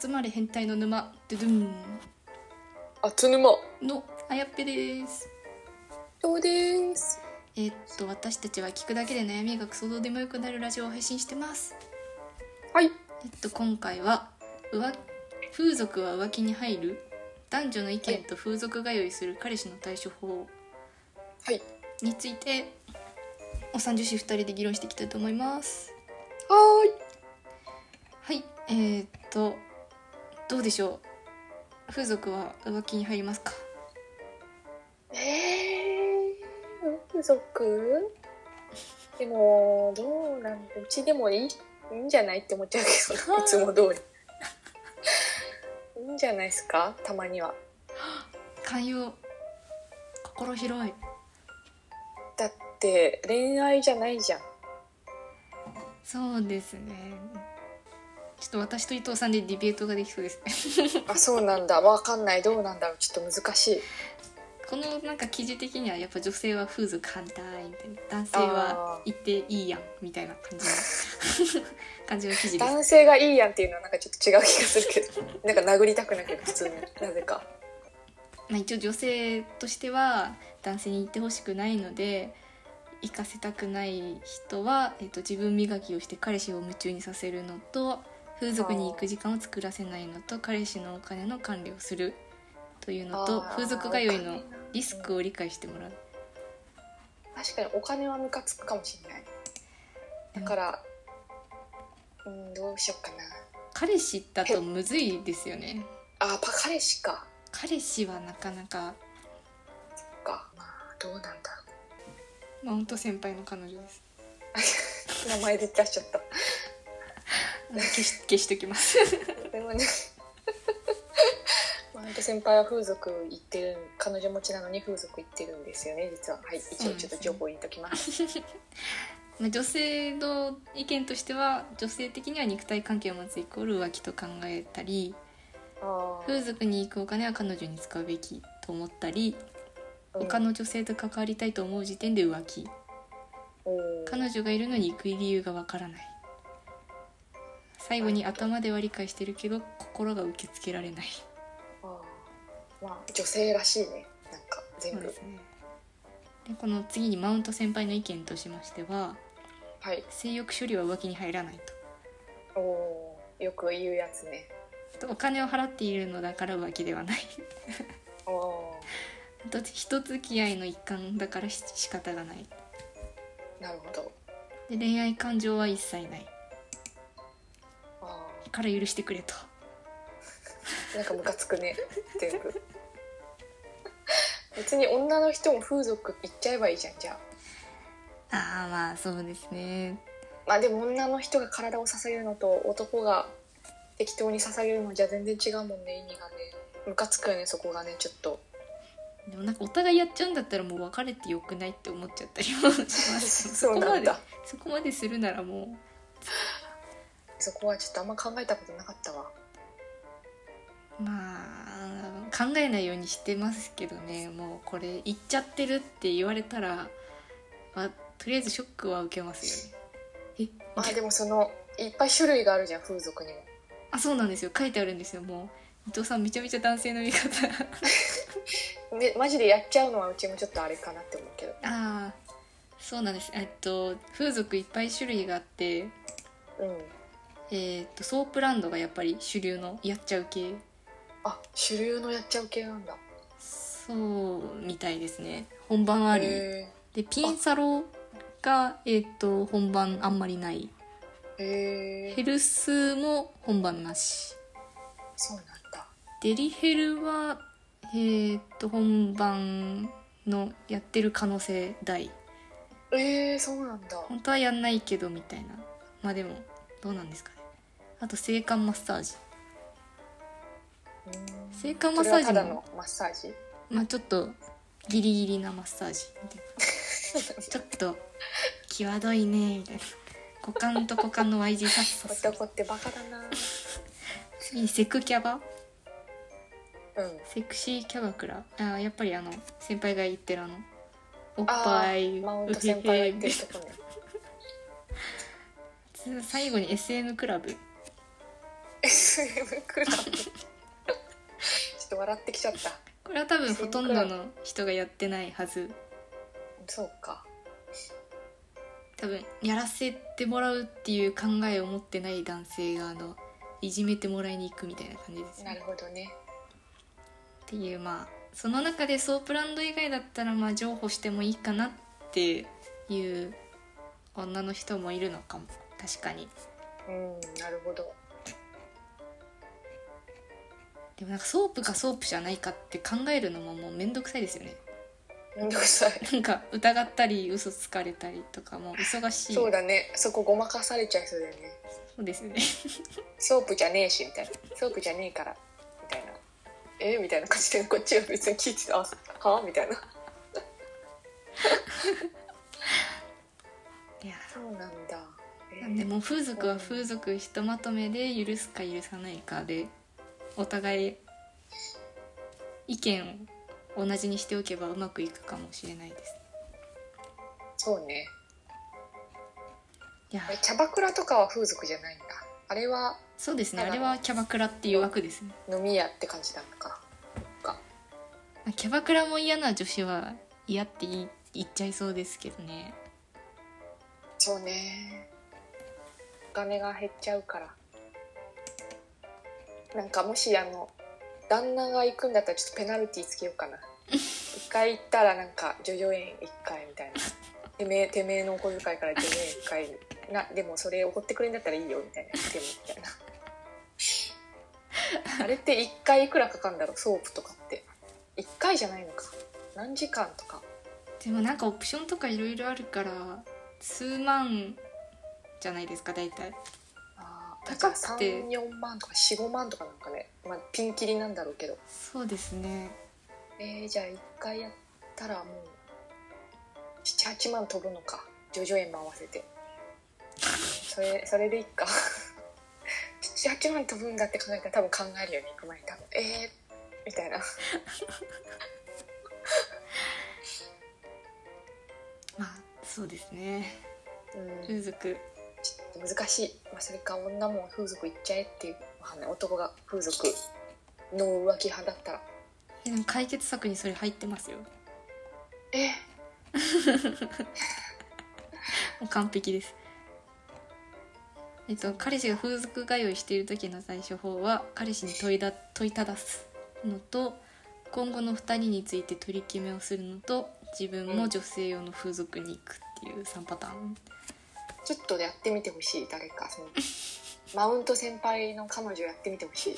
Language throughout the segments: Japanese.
集まれ変態の沼ドゥドゥンあつぬまのあやっぺですどうでーすえーっと私たちは聞くだけで悩みがクソどうでもよくなるラジオを配信してますはいえっと今回は浮風俗は浮気に入る男女の意見と風俗通いする彼氏の対処法はいについてお三女子二人で議論していきたいと思いますははいえー、っとどうでしょう風俗は浮気に入りますかーいえー風俗でもどうなんだうちでもいいいいんじゃないって思っちゃうけどいつも通りいいんじゃないですかたまには寛容心広いだって恋愛じゃないじゃんそうですねちょっと私と伊藤さんでディベートができそうですね あそうなんだわかんないどうなんだろうちょっと難しいこのなんか記事的にはやっぱ女性は風俗反対みたいな男性は行っていいやんみたいな感じの感じの 記事です男性がいいやんっていうのはなんかちょっと違う気がするけどなんか殴りたくなけど普通になぜかまあ、一応女性としては男性に行ってほしくないので行かせたくない人は、えっと、自分磨きをして彼氏を夢中にさせるのと風俗に行く時間を作らせないのと彼氏のお金の管理をするというのとあー風俗通いのリスクを理解してもらう確かにお金はムカつくかもしれないだからうんどうしようかな彼氏だとむずいですよねあパ彼氏か彼氏はなかなか、かまあどうなんだろまあ、本当先輩の彼女ですう名前で出しちゃったあの消 し消しときますでもね まあ、先輩は風俗行ってる彼女持ちなのに風俗行ってるんですよね実ははい一応ちょっと情報入れときますまあ女性の意見としては女性的には肉体関係を持つイコール浮気と考えたりあ風俗に行くお金は彼女に使うべきと思ったりー他の女性と関わりたいと思う時点で浮気うん彼女がいるのに行く理由がわからない最後に頭では理解してるけど心が受け付けられないあーまあ女性らしいねなんか全そう部ですねでこの次にマウント先輩の意見としましてははい性欲処理は浮気に入らないおおーよく言うやつねとお金を払っているのだから浮気ではないおおあと人付き合いの一環だからし仕方がないーなるほどで恋愛感情は一切ないあから許してくれとーなんかムカつくね全部別に女の人も風俗行っちゃえばいいじゃんじゃあああまあそうですねまあでも女の人が体を捧げるのと男が適当に捧げるのじゃ全然違うもんね意味がねムカつくよねそこがねちょっとでもなんかお互いやっちゃうんだったらもう別れてよくないって思っちゃったりもしますそうこなまんでだ そこまでするならもそこはちょっとあんま考えたことなかった わうまあ考えないようにしてますけどねもうこれ言っちゃってるって言われたら、まあ、とりあえずショックは受けますよねえまあでもそのいっぱい種類があるじゃん風俗にもあそうなんですよ書いてあるんですよもう伊藤さんめちゃめちゃ男性の言い方めマジでやっちゃうのはうちもちょっとあれかなって思うけどああそうなんですえっと風俗いっぱい種類があってうんえーっとソープランドがやっぱり主流のやっちゃう系あ主流のやっちゃう系なんだそうみたいですね本番ありへでピンサロがえーっと本番あんまりないえへヘえルスも本番なしそうなんだデリヘルはえーっと本番のやってる可能性大えー、そうなんだ本当はやんないけどみたいなまあでもどうなんですかねあと性感マッサージうん性感マそッれサージはただものマッサージまあちょっとギリギリなマッ サージみたいなちょっと際どいねみたいな股間と股間の Y 字サッサこッってサこってバカだな次 にセクキャバうんセクシーキャバクラあーやっぱりあの先輩が言ってるあのおっあぱいーマウンウトヘ先輩がヘ言ってるとこね 次最後に SM クラブスゲームクラブちょっと笑ってきちゃったこれは多分ほとんどの人がやってないはずそうか多分やらせてもらうっていう考えを持ってない男性があのいじめてもらいに行くみたいな感じですなるね。ほどねっていうまあその中でソープランド以外だったらまあ譲歩してもいいかなっていう女の人もいるのかも確かにうんなるほどでもなんかソープかソープじゃないかって考えるのももうめんどくさいですよね めんどくさいなんか疑ったり嘘つかれたりとかもう忙しいそうだねそこごまかされちゃいそうだよねそうですね ソープじゃねえしみたいなソープじゃねえからみたいなえみたいな感じでこっちは別に聞いてたあはみたいないやそうなんだ、えーなんでもう風俗は風俗ひとまとめで許すか許さないかでお互い意見を同じにしておけばうまくいくかもしれないですそうねいやえキャバクラとかは風俗じゃないんだあれはそうですねあただれのはキャバクラっていう枠ですね飲み屋って感じなのかまあキャバクラも嫌な女子は嫌って言い言っちゃいそうですけどねそうねお金が減っちゃうからなんかもしあの旦那が行くんだったらちょっとペナルティーつけようかな一回行ったらなんか叙々苑一回みたいなてめえてめえのお小遣いから叙々苑一回なでもそれ怒ってくれんだったらいいよみたいなでもみたいなあれって一回いくらかかんだろうソープとかって一回じゃないのか何時間とかでもなんかオプションとかいろいろあるから数万じゃないですか大体あー高くてじゃあ34万とか45万とかなんかね、まあ、ピンキリなんだろうけどそうですねえー、じゃあ1回やったらもう78万飛ぶのか叙々苑も合わせてそれそれでいっか78万飛ぶんだって考えたら多分考えるよね行く前に多分えー、みたいなまあそうですねうん風俗ちょっと難しい、まあ、それか女も風俗行っちゃえっていうわかんない男が風俗の浮気派だったらえでも解決策にそれ入ってますよえもう完璧です。えっと、彼氏が風俗通いしている時の対処法は彼氏に問いだ問いただすのと今後の2人について取り決めをするのと自分も女性用の風俗に行くっていう3パターンちょっとやってみてほしい誰か そのマウント先輩の彼女やってみてほしい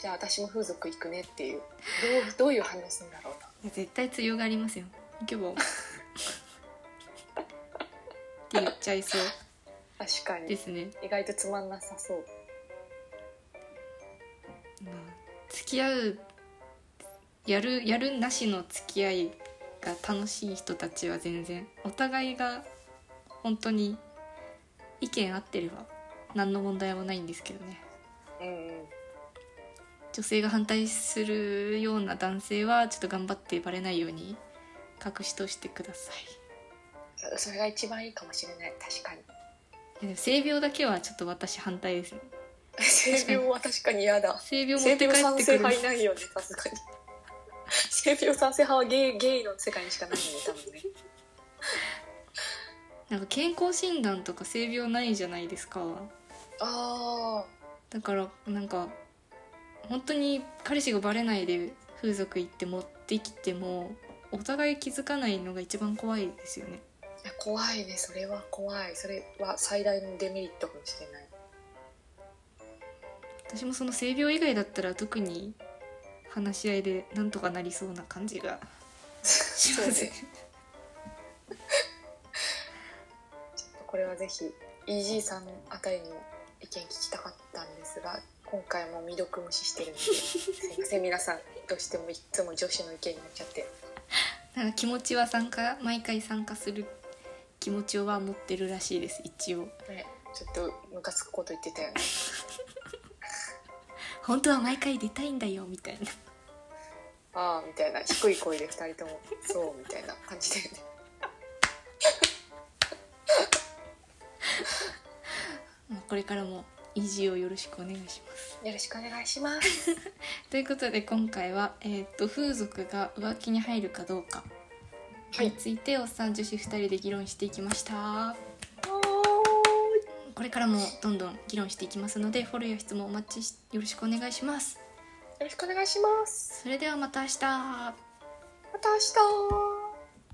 じゃあ私も風俗行くねっていうどうどういう話すんだろうな絶対強がありますよ行け ばって言っちゃいそ確かうでにすね、意外とつまんなさそうまあ、付き合うやるやるなしの付き合いが楽しい人たちは全然お互いが本当に意見合ってれば何の問題もないんですけどねうんうん女性が反対するような男性はちょっと頑張ってバレないように隠し通してくださいそそれが一番いいかもしれない確かにいやでも性病だけはちょっと私反対ですね性病は確かに嫌だ性病持性って帰病って賛成くる派いないよねさすがに性病賛成派はゲイゲイの世界にしかないよね多分ね なんか健康診断とか性病ないじゃないですかあだからなんか本当に彼氏がバレないで風俗行って持ってきてもお互い気づかないのが一番怖いですよねあいや怖いねそれは怖いそれは最大のデメリットかもしれない私もその性病以外だったら特に話し合いでなんとかなりそうな感じがしますそうねこれはぜひ EG さんあたりにも意見聞きたかったんですが今回も未読無視してるのですいません皆さんどうしてもいっつも女子の意見になっちゃって なんか気持ちは参加毎回参加する気持ちは持ってるらしいです一応ねちょっとムカつくこと言ってたよね 本当は毎回出たいんだよみたいなああみたいな低い声で2人ともそうみたいな感じで、ね、まあこれからも維持をよろしくお願いします。よろしくお願いします。ということで今回は、えー、と風俗が浮気に入るかどうかに。ついて、おっさん女子2人で議論していきました。これからもどんどん議論していきますのでフォローや質問お待ちしよろしくお願いします。よろしくお願いします。それではまた明日また明日。